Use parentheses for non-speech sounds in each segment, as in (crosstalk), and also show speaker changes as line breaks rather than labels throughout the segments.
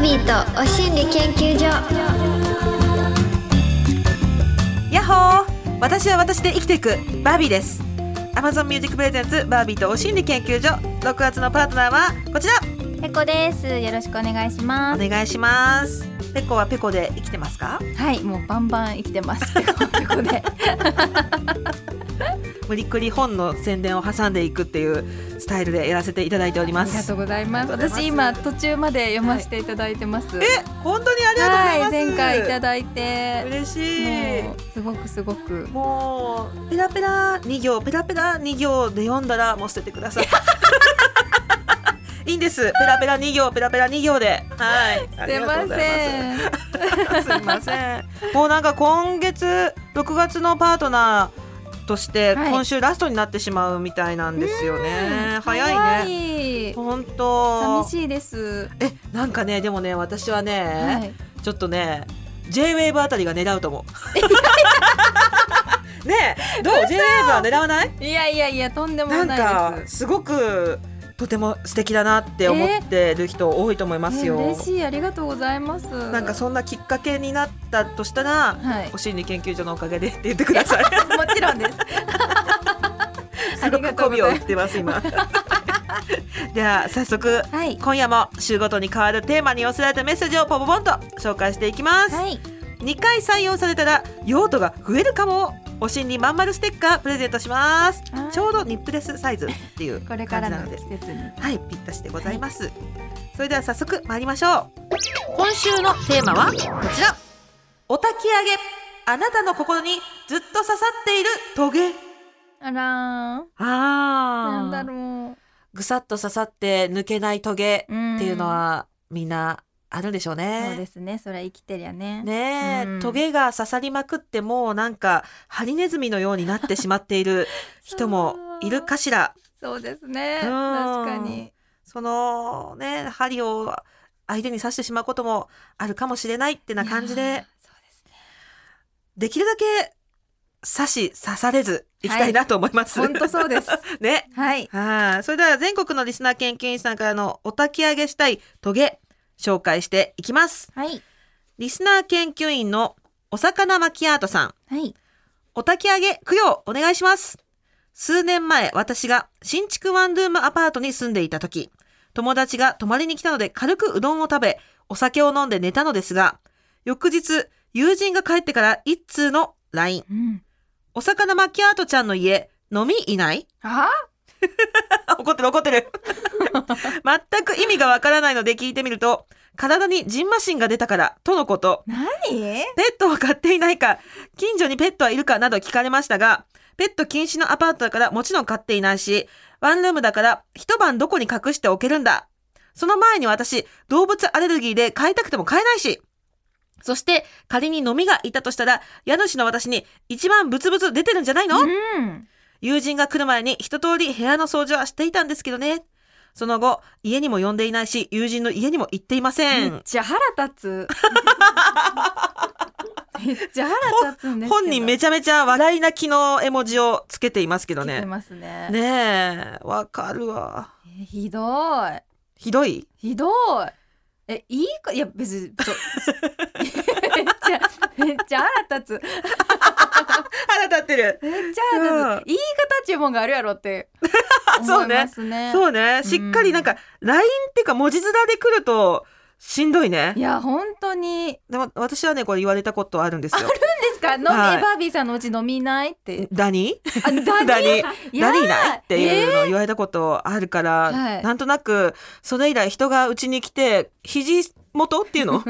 ミーとお心理研究所
ヤッホー私は私で生きていくバービーです Amazon Music Presents バービーとお心理研究所6月のパートナーはこちら
ペコです。よろしくお願いしま
お
す。
願いしますペコはペコで生きてますか
はい、もうバンバン生きて (laughs) ます。ペコペコで。
無理くり本の宣伝を挟んでいくっていうスタイルでやらせていただいており
あ
ま
りが
す
とうございます。
ありがとうござ
私
いま
今途中まで読ませていただいてます。
え本当にありがとうございま
は
す、
い、前回いただいて、
嬉しい
もうすごくすごく。
もうペラペラ2行ペラペラ2行で読んだらもう捨ててくださいいいんですペラペラ2行ペラペラ2行ではいあり
すい
がとう
ま
ござい
せん。
(laughs) ますすいませんもうなんか今月6月のパートナーとして
はい
今週ラストになってしまうみたいなんですよね、早いね
ね。
本当
寂しいです。
えなんかねでもね私はね、
はい。
ちょっとね J-WAVE あたりが狙うと思
(laughs)
うねえどう J-WAVE は狙わない
いやいやいや、とんでも
なん
ない
か
です。
すごくとても素敵だなって思ってる人多いと思います
え
よ。
嬉しい、ありがとうございます。
なんかそんなきっかけになったとしたら、
はい
お。心理研究所のおかげでって言ってください。
もちろんです。
(laughs)
あ
すごく
りがとう
媚
ご
びを
ざ
売
い
っ
ま
てます
(laughs)
今。では早速
す。 (laughs) はい。
今夜も週ごとに変わるテーマに寄せられたメッセージをポポポンと紹介していきます。
はい。
2回採用されたら用途が増えるかもお心理まんまるステッカープレゼントします
はい
ちょうどニップレスサイズっていう
こ
感
れ
じ
から
なの
の
で
季節に。
はいぴったしでございます、それでは早速参りましょう今週のテーマはこちらお焚き上げあなたの心にずっと刺さっているトゲ
あらー。
あ
な
なん
だろ
ぐさっと刺さって抜けないトゲ
う。うん
っていうの。はみんなあるんでしょうね、
そうですね。それは生きてりゃね。
ねえ、
うん
トゲが刺さりまくってもうなんかハリネズミのようになってしまっている人もいるかしら
そうですね。
うん
確かに。
そのね針を相手に刺してしまうこともあるかもしれないってな感じ
い
で
やー。そうですね。
できるだけ刺し刺されずいきたいなと思います。
本当そうです。
(laughs) ね
(laughs) はい。
はい、それでは全国のリスナー研究員さんからのお焚き上げしたいトゲ紹介していきます。
はい。
リスナー研究員のお魚マキアートさん。
はい。
お焚き上げ供養お願いします。数年前、私が新築ワンルームアパートに住んでいた時、友達が泊まりに来たので軽くうどんを食べ、お酒を飲んで寝たのですが、翌日、友人が帰ってから一通の LINE。
うん。
お魚マキアートちゃんの家、飲みいない (laughs)
あ
怒ってる怒ってる。 (laughs) 全く意味がわからないので聞いてみると、体にジンマシンが出たから、とのこと。
何
ペットを飼っていないか、近所にペットはいるかなど聞かれましたが、ペット禁止のアパートだからもちろん飼っていないし、ワンルームだから一晩どこに隠しておけるんだ。その前に私、動物アレルギーで飼いたくても飼えないし。そして、仮に飲みがいたとしたら、家主の私に一番ブツブツ出てるんじゃないの、
うん。
友人が来る前に一通り部屋の掃除はしていたんですけどね。その後、家にも呼んでいないし、友人の家にも行っていませ
め
ん
っ。ちゃ腹
(laughs)
立つ。めっちゃ腹立つんですけど。
本人め
ち
ちゃめちゃ笑い泣きの絵文字をつけていますけど
ゃね。
ね。
ますね。
ねえ、わかるわ。
えーひどい。
ひどい
ひどい。え、いいか、いや、別に、
(laughs)
そう (laughs) めっちゃ、めっちゃ腹立つ。
腹立ってる。
めっちゃ腹立つ。言い方注文があるやろって。
(laughs) そ
思
う
い
ね
ますね。
そうね、しっかりなんか、LINE っていうか文字面で来るとしんどいね
い。や、本当に。
でも私はね、これ言われたことあるんですよ。
ですか、飲み、
はい
バービーさんのうち飲みないっ
(laughs)
て。
ダニ
あ、ダ
ダニ
ニ
ダニいないって
う。
いうのを言われたことあるから、
はい
なんとなく、それ以来人がうちに来て、肘元っていうの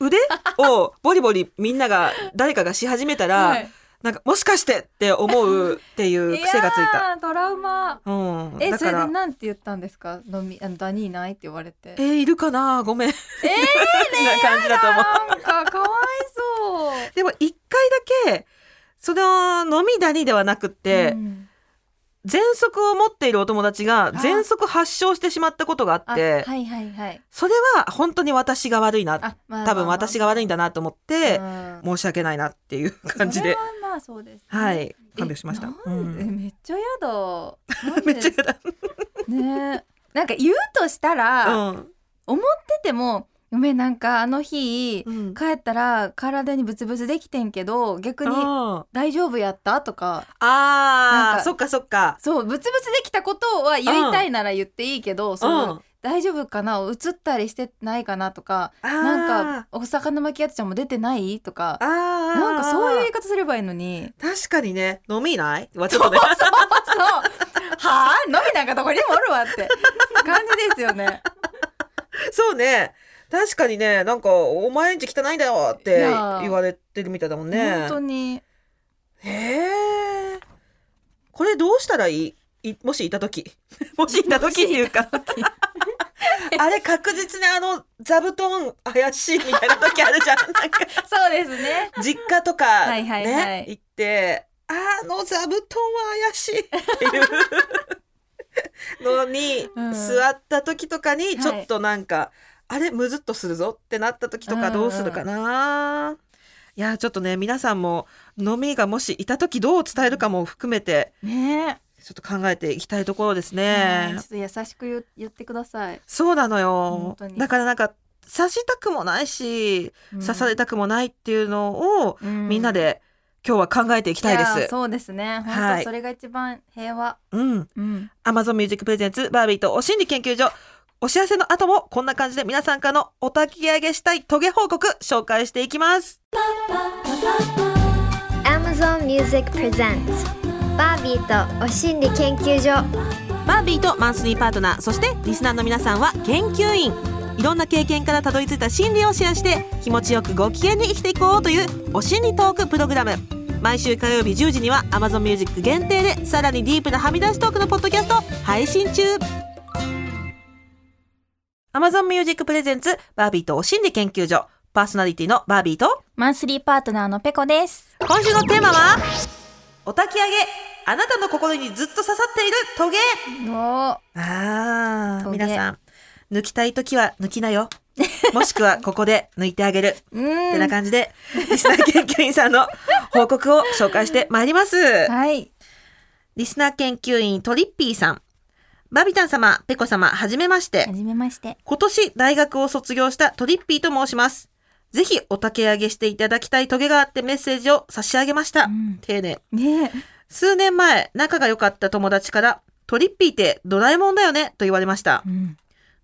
腕をボリボリみんなが、誰かがし始めたら、
はい
なんか、もしかしてって思うっていう癖がつ
(laughs)
いた。
やートラウマ。
うん。
え、
だ
そ
か
れで
ら、
なんて言ったんですか、飲み、あのダニいないって言われて。
えーいるかなごめん。え
えー
な感じだと思う。
なんか、かわいそう。
でも、一回だけ、その、飲みダニではなくって、
うん
喘息を持っているお友達が、
ー
喘息発症してしまったことがあ
あ、
っ
は
て
い、はいはい。
それは本当に私が悪いな。
あ、まあ
多分私が悪いんだなと思って、
うん
申し訳ないなっていう感じで
それ、はまあそうですね。
はい、
え。
勘弁しました。う
なんで
ん
めっちゃやだ。
(laughs) めっちゃ
ゃ
嫌だ。
ね。なんか言うとしたら、
うん。
出ても梅なんかあの日
うん
帰ったら体にブツブツできてんけど逆に
あ
「大丈夫やった?」とかなん
あー
か
そっかそっか
そうブツブツできたことは言いたいなら言っていいけど、その大丈夫かな映ったりしてないかなとかなんかお魚巻きやつちゃんも出てないとか
あーあー
なんかそういう言い方すればいいのに (laughs)
確かにね飲みないはちょっとね (laughs)
そうそうはあ飲みなんかどこにもおるわって感じですよね。
そうね確かにねなんか「お前んち汚いんだよ」って
いやー
言われてるみたいだもんね
本当に
へえこれどうしたらいいいもしいた時 (laughs) もしいた時っていうか (laughs) あれ確実にあの座布団怪しいみたいな時あるじゃんなんか
そうですね。
実家とか、
い (laughs) はいはい
ね行ってあの座布団は怪しい
(laughs)
っていうのに、
うん
座った時とかに
い
ちょっとなんか、あれむずっとするぞってなった時とかどうするかな、いやちょっとね皆さんも飲みがもしいた時どう伝えるかも含めて
ね
ちょっと考えていきたいところです
え、
ね。
ちょっと優しく言言ってください。
そうなの
本
よ
当に
だからなんか刺したくもないし、刺されたくもないっていうのを、みんな
行
で今日は考えていき
き
たいで
や
す。
そうですね。本
はい
当それが一番平和。
うん。
うん。
Amazon Music Presents バービーとお心理研究所。お知らせの後もこんな感じで皆さんからのお焚き上げしたいトゲ報告紹介していきます。
Amazon Music Presents バービーとお心理研究所
バービーとマンスリーパートナー、そしてリスナーの皆さんは研究員。いろんな経験からたどり着いた心理をシェアして気持ちよくご機嫌に生きていこうというお心理トークプログラム。毎週火曜日10時には Amazon Music 限定でさらにディープなはみ出しトークのポッドキャストを配信中。Amazon Music Presents バービーとお心理研究所パーソナリティのバービーと
マンスリーパートナーのペコです。
今週のテーマはお焚き上げあなたの心にずっと刺さっているトゲ
お
ああ
トゲ
皆さん抜きたい時は抜きな
(laughs)
よもしくはここで抜いてあげるってな
う
感じ
(laughs)
でリスナー研究員さんの報告を紹介してまいります
ん。はい。
リスナー研究員トリッピーさんバビタン様ペコ様はじめまして
はじめまして。
今年大学を卒業したトリッピーと申します。ぜひお焚き上げしていただきたいトゲがあってメッセージを差し上げました。
うん
丁寧。
ねえ。
数年前、仲が良かった友達から、トリッピーってドラえもんだよねと言われました。
うん。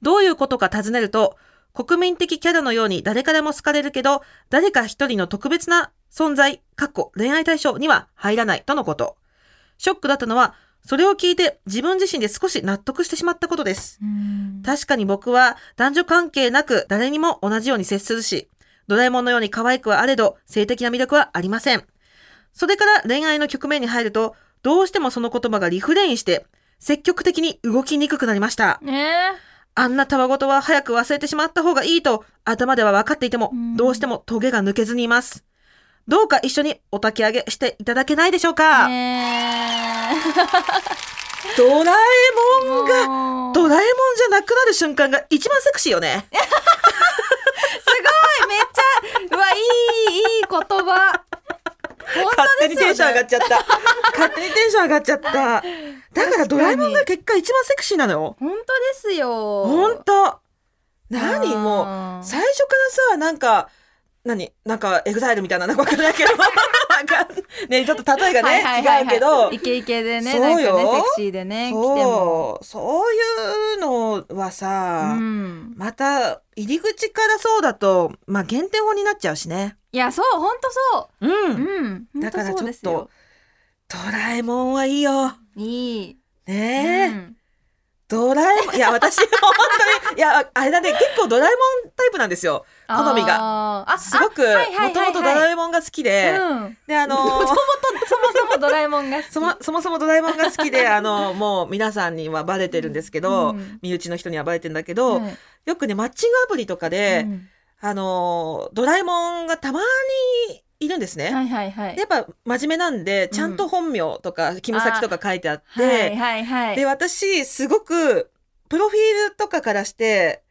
どういうことか尋ねると、国民的キャラのように誰からも好かれるけど、誰か一人の特別な存在、過去、恋愛対象には入らないとのこと。ショックだったのは、それを聞いて自分自身で少し納得してしまったことです。
うん
確かに僕は男女関係なく誰にも同じように接するし、ドラえもんのように可愛くはあれど性的な魅力はありません。それから恋愛の局面に入ると、どうしてもその言葉がリフレインして、積極的に動きにくくなりました。
ねえ。
あんなたわごとは早く忘れてしまった方がいいと頭では分かっていても
うん、
どうしてもトゲが抜けずにいます。どうか一緒にお焚き上げしていただけないでしょうか、
ね
ドラえ
え。
もんが、
が
ドラえもんじゃなくなる瞬間が一番セクシーよね。
めっちゃうわいいいい言葉本
勝手
当で
に
すよ、ね、
テンション上がっちゃ
(laughs)
った。勝手にテンション上がっちゃった。だからドラえもんが結果一番セクシーなのよ。
本当ですよ
ほんと。何
うん
もう、最初からさ、なんか、何なんか、エグザイルみたいな、なんかわかんないけ
(laughs)
ど。なんかね、ちょっと例えが
はいはいは
ね、
い
違うけど
はい。イケイケでね
そう
なんか
よ
ねセクシーでね来ても
そう、そういうのは
う
さ、
ん
また、入り口からそうだと、まあ、減点法になっちゃうしね。。
いやそう本当そうううんん本
だ
当
から
そう
ちょ
で
っ
すよ
と、ドラえもんはいいよ。
いい
ねえ。
うん
ドラえもん、いや、私、本当に、いや、あれだね、結構ドラえもんタイプなんですよ。好みが
あーあ
すごく、も
あはいはいはいはい
ともとドラえもんが好きで、
うん
で、あの
(laughs)
ー
そもそもドラえもんが好き
そも、そもそもドラえもんが好き
(laughs)
で、あのーもう皆さんにはバレてるんですけど、
うん
身内の人にはバレてるんだけど、
はい
よくね、マッチングアプリとかで、
うん
あのードラえもんがたまにいるんですね。
はいはいはい
やっぱ真面目なんで、ちゃんと本名とか、勤務先とか書いてあって、
はいはいはい
で私すごくプロフィールとかからして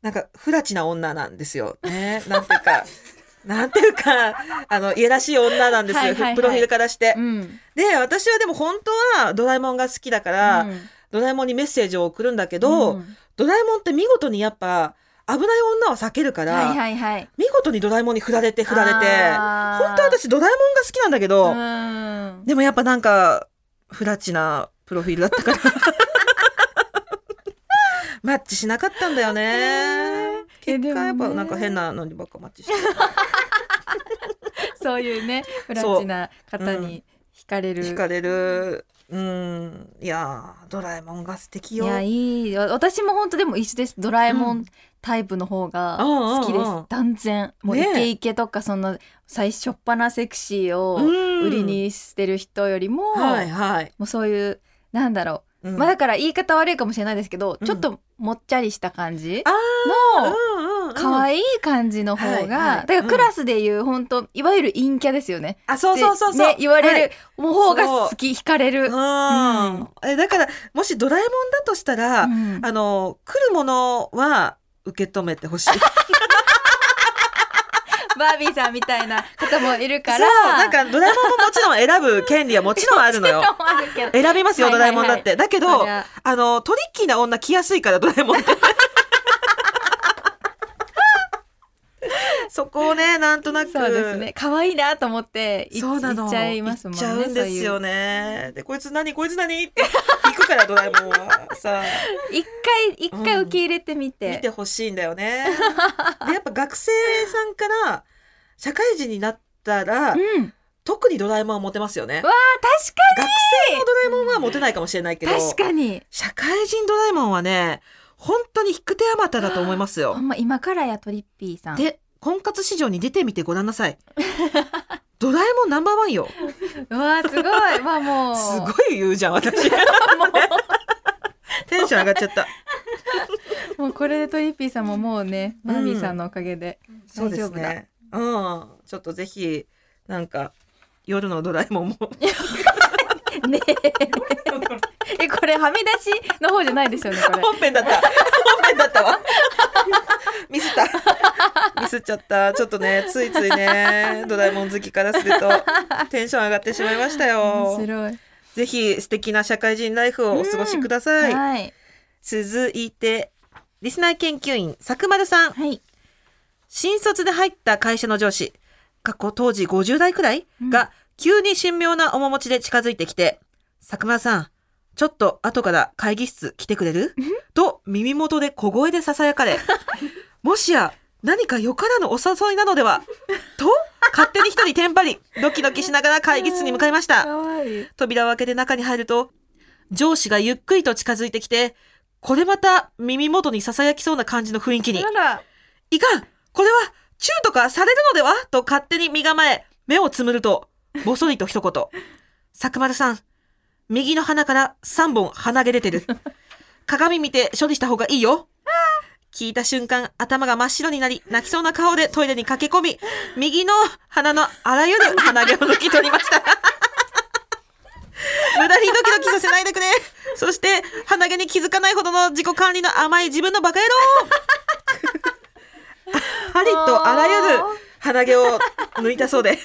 なんか不らちな女なんですよ。ね、なんていう
(laughs)
かなんていうかあのいやらしい女なんですよ、
はいはいはい
プロフィールからして。
うん
で私はでも本当はドラえもんが好きだから、
うん
ドラえもんにメッセージを送るんだけど、
うん
ドラえもんって見事にやっぱ危ない女は避けるから、
はいはいはい
見事にドラえもんに振られて振られて
あー
本当は私ドラえもんが好きなんだけ
う
ど、
ーん
でもやっぱなんかフラチなプロフィールだった
(laughs)
からマッチしなかったんだよね
えー
結果やっ
でも
ぱ
ね
なんか変なのにばっかマッチして
そういうねフラッチな方に惹かれる、
惹かれるうんいやードラえもんが素敵
い
よ
やいいよ私も本当でも一緒ですドラえも
うん
タイプの方が
うんうんうん
好きです、断然もうイ
ね
ケイケとかその最初っぱなセクシーを
売
売りにしてる人よりも、
はいはい、
もうそういうなんだろ
う
う、
ん
まあだから言い方悪いかもしれないですけど、
うん
ちょっともっちゃりした感じ
あ
の
うんうんうん
可愛い感じの方が、
はいはい
だからクラスでいう本当いわゆる陰キャですよね。
あそうそうそうそう、
でね、言われる、
はい
もう方が好き惹かれる。
うんえだからもしドラえもんだとしたら、
うん
あの来るものは受け止めてほしい
バービーさんみたいな方もいる
そ
か (laughs)
う
ら。
なんかドラえもんももちろん選ぶ権利はもちろんあるの
(laughs)
よ
もあるけど
選びますよ、
はいはいはい
ドラえもんだってだけ
そ
ど
りゃ
あのトリッキーな女来やすいからドラえもんって
(laughs)
そこをねなんとなく
そうですね。可愛いなと思ってい
そうなの
行っちゃいますもんね。
行っちゃうんですよ
ね。
ねでこいつ何こいつ何って行くからドラえもんはさ
(laughs)
あ
一回一回受け入れてみて。
見てほしいんだよねでやっぱ学生さんから社会人になったら
うん。
特にドラえもんはモテますよね
わあ確か
学生のドラえもんはモテないかもしれないけど
に。確かに。
社会人ドラえもんはね本当に引く手あまただと思います
ほ
よ
んま今からやトリッピーさん。
で婚活市場に出てみてごらんなさいドラえもんナンバーワンよ
うわあすごい。まあも
(laughs)
う。
すごい言うじゃん
(laughs)
私テンション上がっちゃった
もうこれでトリッピーさんももうね、
うん
マミーさんのおかげで。
そうですね。うん、ちょっとぜひ、なんか、夜のドラえもんも。
ねえ。えこれはみ出しの方じゃないですよねこれ。
本編だった。本編だったわ。ミスった。ミスっちゃった。ちょっとね、ついついね、ドラえもん好きからすると、テンション上がってしまいましたよ
面。白い。
ぜひ、素敵な社会人ライフをお過ごしください。
はい。
続いて、リスナー研究員、佐久丸さん。
はい。
新卒で入った会社の上司、過去当時50代くらい
うん
が急に神妙な面持ちで近づいてきて、佐久間さん、ちょっと後から会議室来てくれると耳元で小声で囁
(laughs)
かれ、もしや何かよからぬお誘いなのではと勝手に一人テンパり、ドキドキしながら会議室に向かいました。
わいい。
扉を開けて中に入ると、上司がゆっくりと近づいてきて、これまた耳元に囁きそうな感じの雰囲気に。
あら。
いかんこれは、チューとかされるのではと勝手に身構え、目をつむると、ぼそりと一言。佐久丸さん、右の鼻から3本鼻毛出てる。鏡見て処理した方がいいよ。聞いた瞬間、頭が真っ白になり、泣きそうな顔でトイレに駆け込み、右の鼻のあらゆる鼻毛を抜き取りました。 (laughs) 無駄にドキドキさせないでくれ。そして、鼻毛に気づかないほどの自己管理の甘い自分のバカ野郎針とあらゆる鼻毛を抜いたそうで。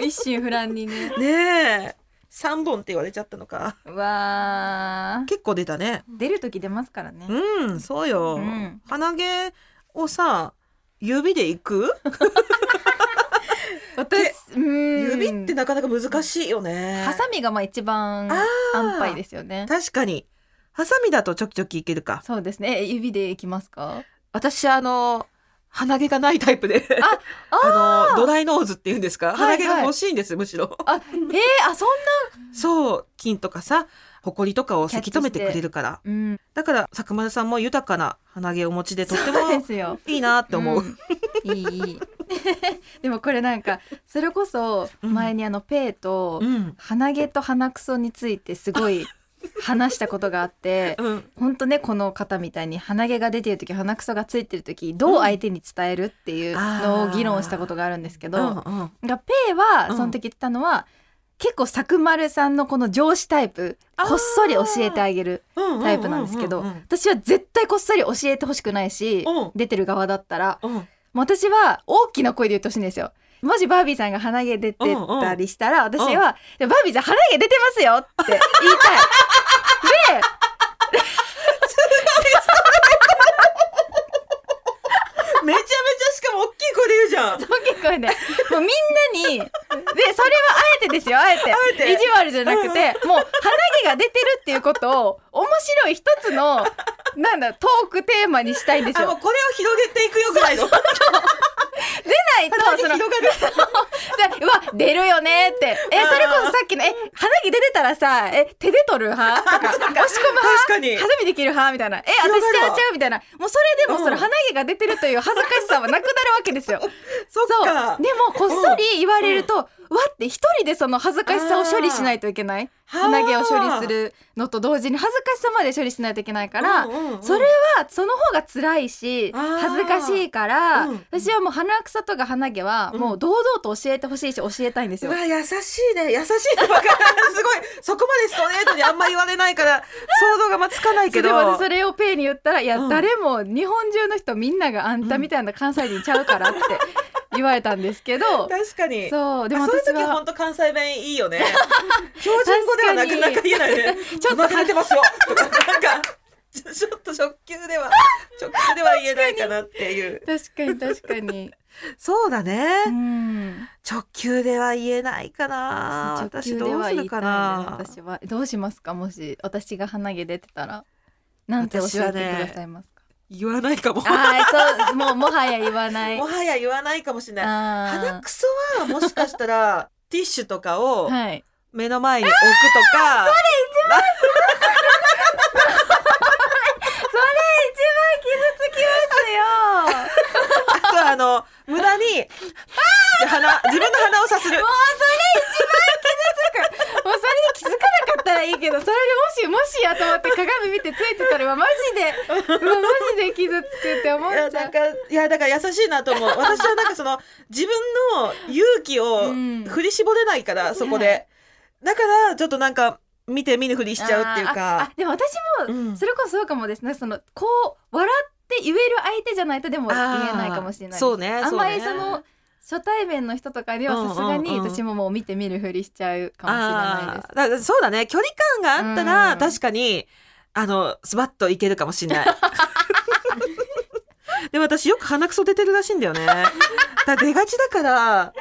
一心不乱にね。
ねえ3本って言われちゃったのか
わあ。
結構出たね
出る時出ますからね。
うんそうよ、
うん
鼻毛をさ指でいく
私、うん
指ってなかなか難しいよね
ハサミがまあ一番
あー
安牌ですよね。
確かにハサミだとちょきちょきいけるか
そうですね。え指でいきますか。
私あの鼻毛がないタイプで (laughs) あのドライノーズっていうんですか
い
鼻毛が欲しいんです、むしろ
あ、えー、あ、そん
そう菌とかさほこりとかをせき止めて
キャ
く
ッチして
れるから
な。うん。
だから佐久間さんも豊かな鼻毛をお持ちでとっても
そうですよ。
いいなって思う、
うん。いいい (laughs) い。でもこれなんかそれこそ
うん
前にあのペイと
うん
鼻毛と鼻くそについてす
(laughs)
ごい話したことがあって。
うん
本当ねこの方みたいに鼻毛が出てる時鼻くそがついてる時どう相手に伝えるっていうのを議論したことがあるんですけど、
うんうん
がペイは
うん
その時言ってたのは、結構佐久丸さんのこの上司タイプ
あー
こっそり教えてあげるタ
タ
イプなんですけど
うん
私は絶対こっそり教えてほしくないし
うん
出てる側だったら
うんうん
もう私は大きな声で言ってほしいんですよ。もしバービーさんが鼻毛出てたりしたら私は「いやバービーさん鼻毛出てますよ!」って言いたい。で
めちゃめちゃしかも大きい声で言うじゃん。
大きい声でもうみんなにでそれはあえてですよあえて
えて
意地悪じゃなくて、もう鼻毛が出てるっていうことを面白い一つのなんだトークテーマにしたいんです
あ、もう
よ。
これを広げていくよぐらいの。鼻
出ないと
毛
その
広がる。
でうわ出るよねってえそれこそさっきのえ鼻毛出てたらさえ手で取る派とか押し込む派
確かに。
ハサミできる派みたいな。え、私
広がるわ
ちゃうちゃうみたいな。もうそれでも
うん
その鼻毛が出てるという恥ずかしさはなくなるわけですよ。
そっか
そう。。でもこっそり言われると、わって一人でその恥ずかしさを処理しないといけない。鼻毛を処理するのと同時に恥ずかしさまで処理しないといけないから、
うんうんうん
それはその方が辛いし
あー
恥ずかしいから、
うん
私はもう鼻草とか鼻毛はもう堂々と教えてほしいし教えたいんです
う
よ。
わ優しいね優しいのばかすごいそこまでストレートにあんま言われないから想像がまつかないけ
そ
ど
れまでそれをペイに言ったら「いや、
うん
誰も日本中の人みんながあんたみたいな関西人ちゃうから」って言われたんですけど
(laughs) 確かに
そうでも
あそういう
私
時
は
本当関西弁いいよ
(laughs)
ね標準語ではなかなか言えないね
ちょっと
お腹出てますよとかなんかちょっと直球では直球では言えないかなっていう
確かに確か
(laughs)
に
そうだね
うん
直球では言えないかな
直
私
球で
どう
は
す
言
る
いた
か
い
な
です私はどうしますかもし私が鼻毛出てたらなんて教えて
私は
く
ね
ださいますか、
言わないかも
ああそうもうもはや言わない (laughs)
もはや言わないかもしれない鼻
鼻
くそはもしかしたら
(laughs)
ティッシュとかを
はい
目の前に置くとか、
それ一番傷つきますよ
あとあの無駄に鼻自分の鼻をさする
もうそれ一番傷つくもうそれに気づかなかったらいいけどそれでもしもしやと思って鏡見てついてたらうわマジでうわマジで傷つくって思
いや
っちゃ
な。
うん
かいやだから優しいなと思う私はなんかその自分の勇気
うん
を振り絞れないから、そこでだからちょっとなんか見て見ぬふりしちゃうっていう
あーあ
か
でも私
う
も
ん
それこそそうかもですねそのこう笑って言える相手じゃないとでも言えないかもしれないです
そうね
あんまり
うね
その初対面の人とかにはさすが
うん
に
うんうん
私ももう見て見るふりしちゃうかもしれない
あ
です
ーだからそうだね距離感があったら、
うん
確かにあのスバッといけるかもしれない (laughs) でも私よく鼻くそ出てるらしいんだよねだから出がちだから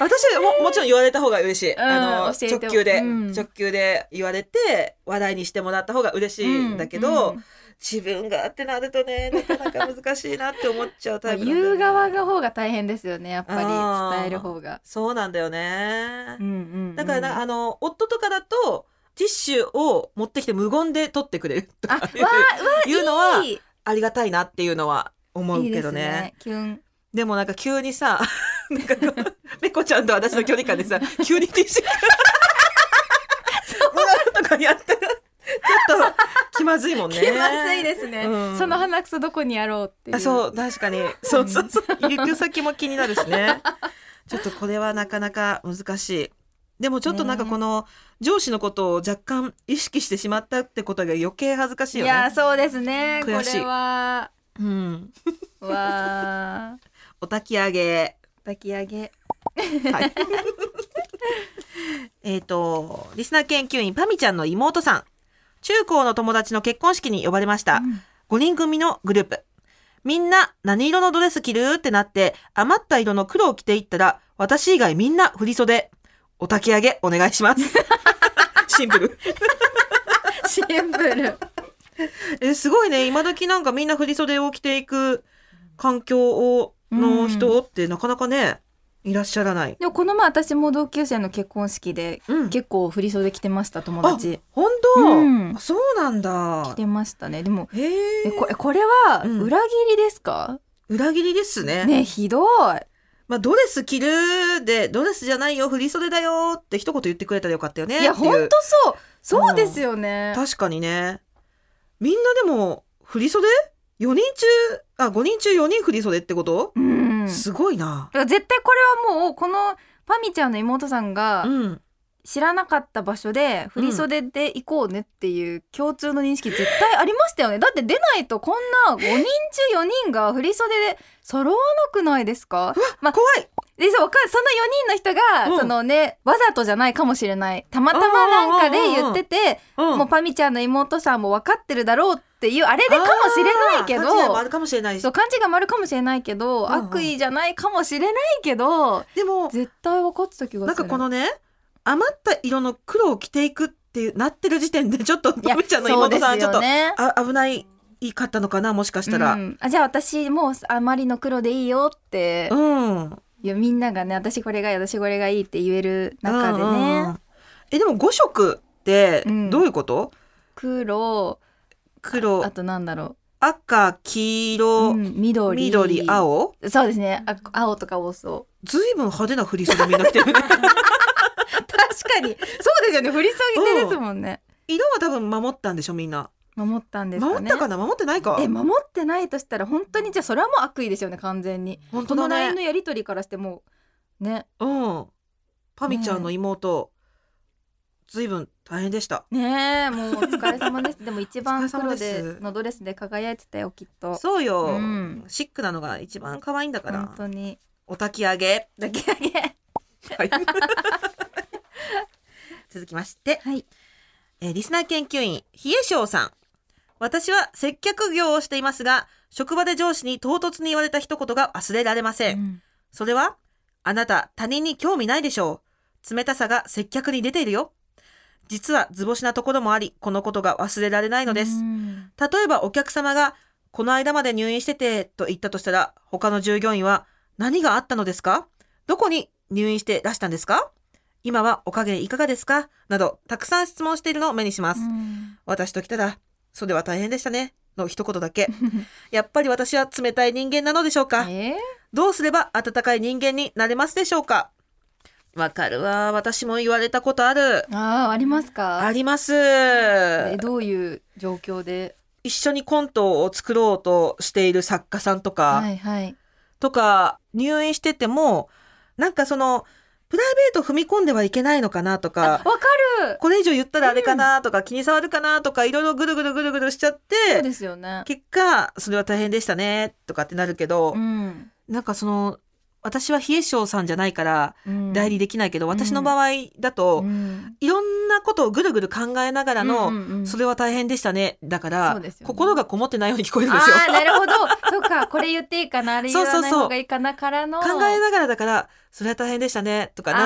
私は
(laughs)
ももちろん言われた方が嬉しい、
ん
あの
教えて
直球で、
うん
直球で言われて話題にしてもらった方が嬉しいんだけど、
うんうん
自分がってなるとねなかなか難しいなって思っちゃう
ま
タ
あ
イプなん
(laughs)
だよね
言う側が方が大変ですよねやっ
あ
ぱ
ー
り伝える方が。
そうなんだよね、
うんうんうん
だからな、あの夫とかだとティッシュを持ってきて無言で取ってくれると
あ、
か
わ
いう (laughs) いうの
あ、
はい
い。
ありがたいなっていうのは思う
いい
け
で
ど
す
ねで
ね。キュン。
もなんか急にさ (laughs) なんかこうめこちゃんと私の距離感で
(laughs)
さ急にティッシュが (laughs) 無言とかやったらちょっと気まずいもんね。
(laughs) 気まずいですね。
うん
その鼻くそどこにやろうっていう。
あそう確 (laughs) かにそうそうそう行く先も気になるしね (laughs) ちょっとこれはなかなか難しいでもちょっとなんか
ね
この上司のことを若干意識してしまったってことが余計恥ずかしい
い
よね
や、そうですね。これ
悔しい
は。
うん、
わあ。
お焚き上げ
抱き上げ。
はい (laughs) えっとリスナー研究員パミちゃんの妹さん中高の友達の結婚式に呼ばれました、5人組のグループ。みんな何色のドレス着るってなって余った色の黒を着ていったら私以外みんな振り袖。お焚き上げお願いします。 (laughs) シンプル。
シンプル。
え、すごいね。今時なんかみんな振り袖を着ていく環境を、の人ってなかなかね、いらっしゃらない。
でも、この前、私も同級生の結婚式で。
うん。
結構振り袖着てました。友達。
本
うん
当、あそうなんだ
着。てましたね。でも。
へ
え、
え。
これ、これは
うん
裏切りですか。
裏切りですね。
ね、ひどい。
まあ、ドレス着るで、ドレスじゃないよ、振り袖だよって一言言ってくれたらよかったよね。
いや、
ってう
本当そう。そうですよね。
確かにねみんなでも振り袖 ?4 人中あ5人中4人振り袖ってこと、
うん。
すごいな
だから絶対これはもうこのパミちゃんの妹さんが
うん
知らなかった場所で振り袖で行こうねっていう共通の認識絶対ありましたよねだって出ないとこんな5人中4人が振り袖で揃わなくないですかまあ
怖い
でそうわかその4人の人が、
うん
そのねわざとじゃないかもしれないたまたまなんかで言ってて、
うん
もうパミちゃんの妹さんも分かってるだろうっていうあれでかもしれないけ
あー勘違いもあ
ど
るかもしれないし
そう勘違いもあるかもしれないけど、
うんうん
悪意じゃないかもしれないけど
でも
絶対分かってた気がする
なんかこのね余った色の黒を着ていくっていうなってる時点で (laughs) ちょっと
いや
のびちゃんの妹さんはちょっ
そ
と、
うですよね
あ危ない言い方のかなもしかした
う
ら。
んあじゃあ私もうあまりの黒でいいよって、
うん、
いやみんながね私これがいい私これがいいって言える中でね、
うんうんうんえでも5色って
うん
どういうこと、
黒
黒
あとなんだろ
赤黄
う、
色、
うん緑
緑青
そうですねあ青とか多そう (laughs)
ずいぶん派手な振り袖みんな着てるね
確かにそうですよね振り下げてですもんね
色は多分守ったんでしょみんな、
守ったんですかね
守ったかな守ってないか
え守ってないとしたら本当にじゃあそれはもう悪意ですよね完全に
本
こ
当
の
だ
LINE の
ね
やり取りからしてもうね
うんパミちゃんの妹、ずいぶん大変でした
ねえもうお疲れ様です
(laughs)
でも一
お疲
番
れ様
黒
です
でのドレスで輝いてたよきっと
そうよ、
うん
シックなのが一番可愛いんだか
本
ら
当に
お焚き上
(laughs)
げ、
だけだけ
はい、続きまして
はい
えーリスナー研究員、冷え性さん。私は接客業をしていますが、職場で上司に唐突に言われた一言が忘れられません。
うん
それは、あなた他人に興味ないでしょう。冷たさが接客に出ているよ。実は図星なところもあり、このことが忘れられないのです。
うん
例えばお客様が、この間まで入院しててと言ったとしたら、他の従業員は、何があったのですかどこに入院してらしたんですか今はお加減いかがですかなど、たくさん質問しているのを目にします。
うん
私と来たら、それは大変でしたね。の一言だ
(laughs)
け。やっぱり私は冷たい人間なのでしょうか
え
どうすれば温かい人間になれますでしょうかわかるわ。私も言われたことある。
ー、あーあります
あ
か
ります。
えどういう状況で
一緒にコントを作ろうとしている作家さんとか、
はいはい
とか、入院してても、なんかその、プライベート踏み込んではいけないのかなと
あわ
か、
かる
これ以上言ったらあれかなとか、気に障るかなとか、いろいろぐるぐるぐるぐるしちゃっ
そう
て、
ですよね
結果、それは大変でしたね、とかってなるけど、
うん
なんかその私は冷え性さんじゃないから
うん
代理できないけど、私の場合だと、
うん
いろんなことをぐるぐる考えながらの、
うんうんうん
それは大変でしたねだから、
そうですよね
心がこもってないように聞こえるんですよ。
ああなるほどそうかこれ言っていいかなあれ言
そう
わ
そう
ない
そう
方がいいかなからの
考えながらだからそれは大変でしたねとかな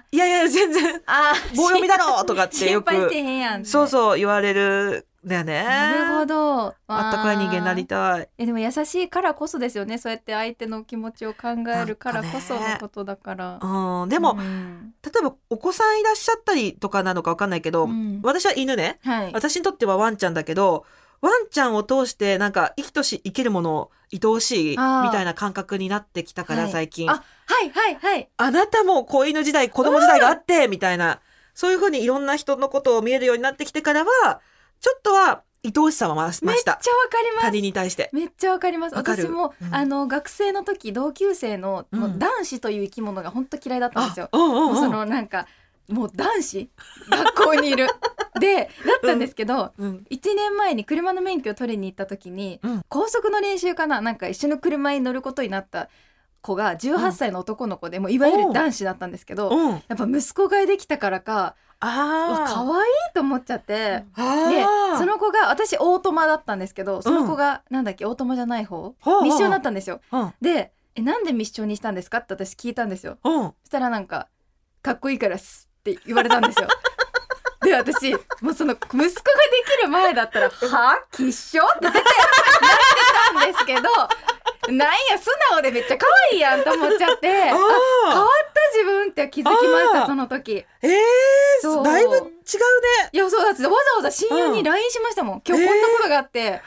る
あ
といやいや全
(laughs)
然
ーあー
棒読みだろとかってよく
心配してへんやん
そう
う
そう言われるんだよね。
なるほど
あったかい人間になり
た
たい。
えでも優しいからこそですよねそうやって相手の気持ちを考えるからこそ
なんかね
のことだから
うん、でも、
うん
例えばお子さんいらっしゃったりとかなのかわかんないけど、
うん
私は犬ね、
はい
私にとってはワンちゃんだけどワンちゃんを通してなんか生きとし生きるもの愛おしいみ
あー
たいな感覚になってきたから
はい
最近、
あはいはいはい
あなたも子犬時代子供時代があってみたいなそういうふうにいろんな人のことを見えるようになってきてからはちょっとは愛おしさは増し
め
ま
っ
し
ちゃわ
た
かります
他人に対して。
めっちゃわかります
わかる
私も、
うん
あの学生の時同級生の、もううん男子という生き物が本当嫌いだったんですよ
うんうん
もうそ
うん
のなんかもう男子学校に
(laughs)
いるでだったんですけど、
うん
1年前に車の免許を取りに行った時に、
うん
高速の練習かななんか一緒の車に乗ることになった子が
う
18
ん
歳の男の子で、もういわゆる男子だったんですけど、
うん、
やっぱ息子がいできたからかうわ可
あ
愛いと思っちゃって。
ああ
で
ー
その子が私オートマだったんですけどその子が、なんだっけオートマじゃない方
ほうほう
密集になったんですよ。
うん
でえなんで密集にしたんですかって私聞いたんですよ。
うん
そしたらなんか「かっこいいからっす」って言われたんですよ。で私もうその息子ができる前だったら「はあきっしょ?」って絶対なってたんですけどなんや素直でめっちゃ可愛いやんと思っちゃってあ変わっ
あー
た自分って気づきまし
あー
たその時
え
そ
ー、
う
だいぶ違うね。
いやそうだってわざわざ親友
う
に
ん
LINE しましたもん、今日こんなことがあって、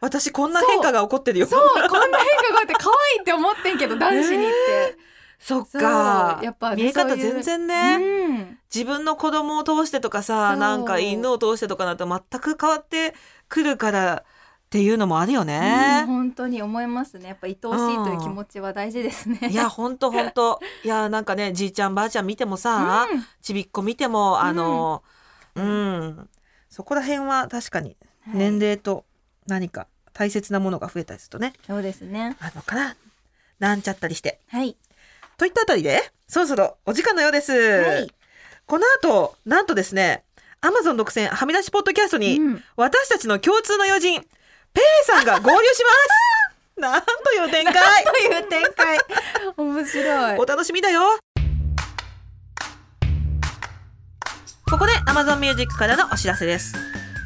私こんな変化が起こってるよ。
そうこんな変化があって可愛いって思って
(laughs)
んけど男子にって、
そっ
そ
か。
うやっぱね
見え方
そうい
全
う
然ね、
うん
自分の子供を通してとか
そ
さ、
う
なんか犬を通してとかなと全く変わってくるからっていうのもあるよ
うん
ね。
本当に思いますねやっぱ愛おしいという気持ちは大事ですね、
いや、ほんとほんと。いや、なんかね、じいちゃんばあちゃん見てもさ、
うん
ちびっ子見ても、あの、うん、そこら辺は確かに
はい
年齢と何か大切なものが増えたりするとね、
そうですね
あるのかな。なんちゃったりして。
はい
とといったあたりで、そろそろお時間のようです。
はい
この後、なんとですね、Amazon 独占はみ出しポッドキャストに、
うん
私たちの共通の友人、ペイさんが合流します
(laughs)
なんという展開
という展
(laughs)
開面白い
お楽しみだよここで Amazon Music からのお知らせです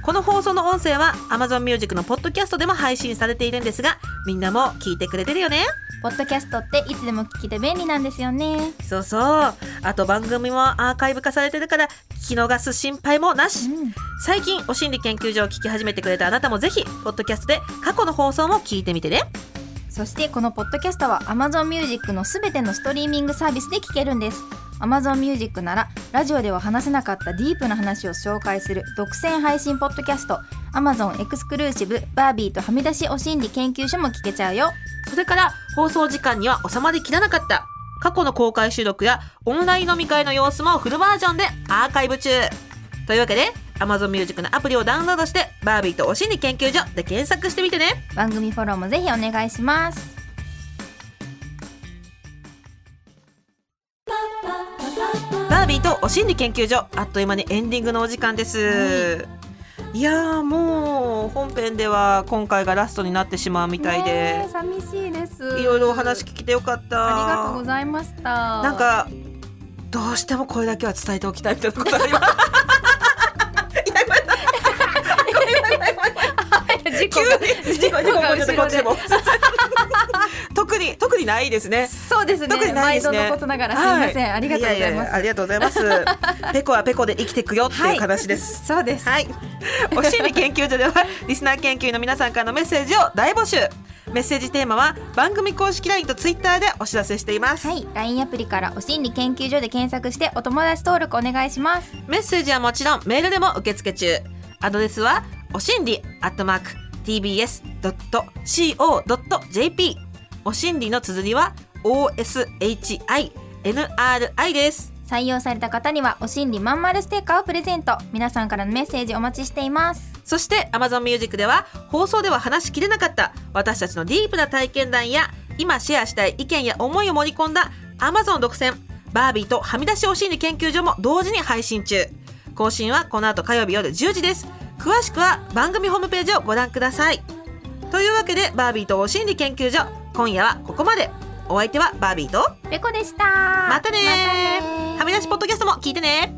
この放送の音声は Amazon Music のポッドキャストでも配信されているんですがみんなも聞いてくれてるよね
ポッドキャストっていつでも聞けて便利なんですよね
そうそうあと番組もアーカイブ化されてるから聞き逃す心配もなし
うん
最近お心理研究所を聞き始めてくれたあなたもぜひポッドキャストで過去の放送も聞いてみてね
そしてこのポッドキャストは Amazon Music のすべてのストリーミングサービスで聞けるんです Amazon Music ならラジオでは話せなかったディープな話を紹介する独占配信ポッドキャスト Amazon エクスクルーシブバービーとはみ出しお心理研究所も聞けちゃうよ
それから放送時間には収まりきらなかった過去の公開収録やオンライン飲み会の様子もフルバージョンでアーカイブ中というわけで Amazon Music のアプリをダウンロードして「バービーとお心理研究所」で検索してみてね
番組フォローもぜひお願いします
バービーとお心理研究所あっという間にエンディングのお時間です、い、やーもう本編では今回がラストになってしまうみたいで、
寂しいです
いろいろお話聞けてよかった
ありがとうございました
な
(laughs)
んかどうしてもこれだけは伝えておきたいみたいなことあります
(laughs) 事故が
急に事故事故起こっちゃったこっちでも特に特にないですね
そうです
特
ね
にないです
毎度
ね
のことながらすいません、
は
ありがとうござい
や
ます
やありがとうございます
(laughs)
ペコはペコで生きていくよっていう話です、
そうです
はい、お心理研究所ではリスナー研究員の皆さんからのメッセージを大募集メッセージテーマは番組公式 LINE と Twitter でお知らせしています、
はい LINE アプリからお心理研究所で検索してお友達登録お願いします
メッセージはもちろんメールでも受付中アドレスはおしんりアットマーク tbs.co.jp おしんりの綴りは oshinri です
採用された方にはお心理まんまるステッカーをプレゼント皆さんからのメッセージお待ちしています
そして Amazon Music では放送では話しきれなかった私たちのディープな体験談や今シェアしたい意見や思いを盛り込んだ Amazon 独占バービーとはみ出しお心理研究所も同時に配信中更新はこの後火曜日夜10時です詳しくは番組ホームページをご覧くださいというわけでバービーとお心理研究所今夜はここまでお相手はバービーと
ペコでした
ま
ま
たね
たね
はみ出しポッドキャストも聞いてね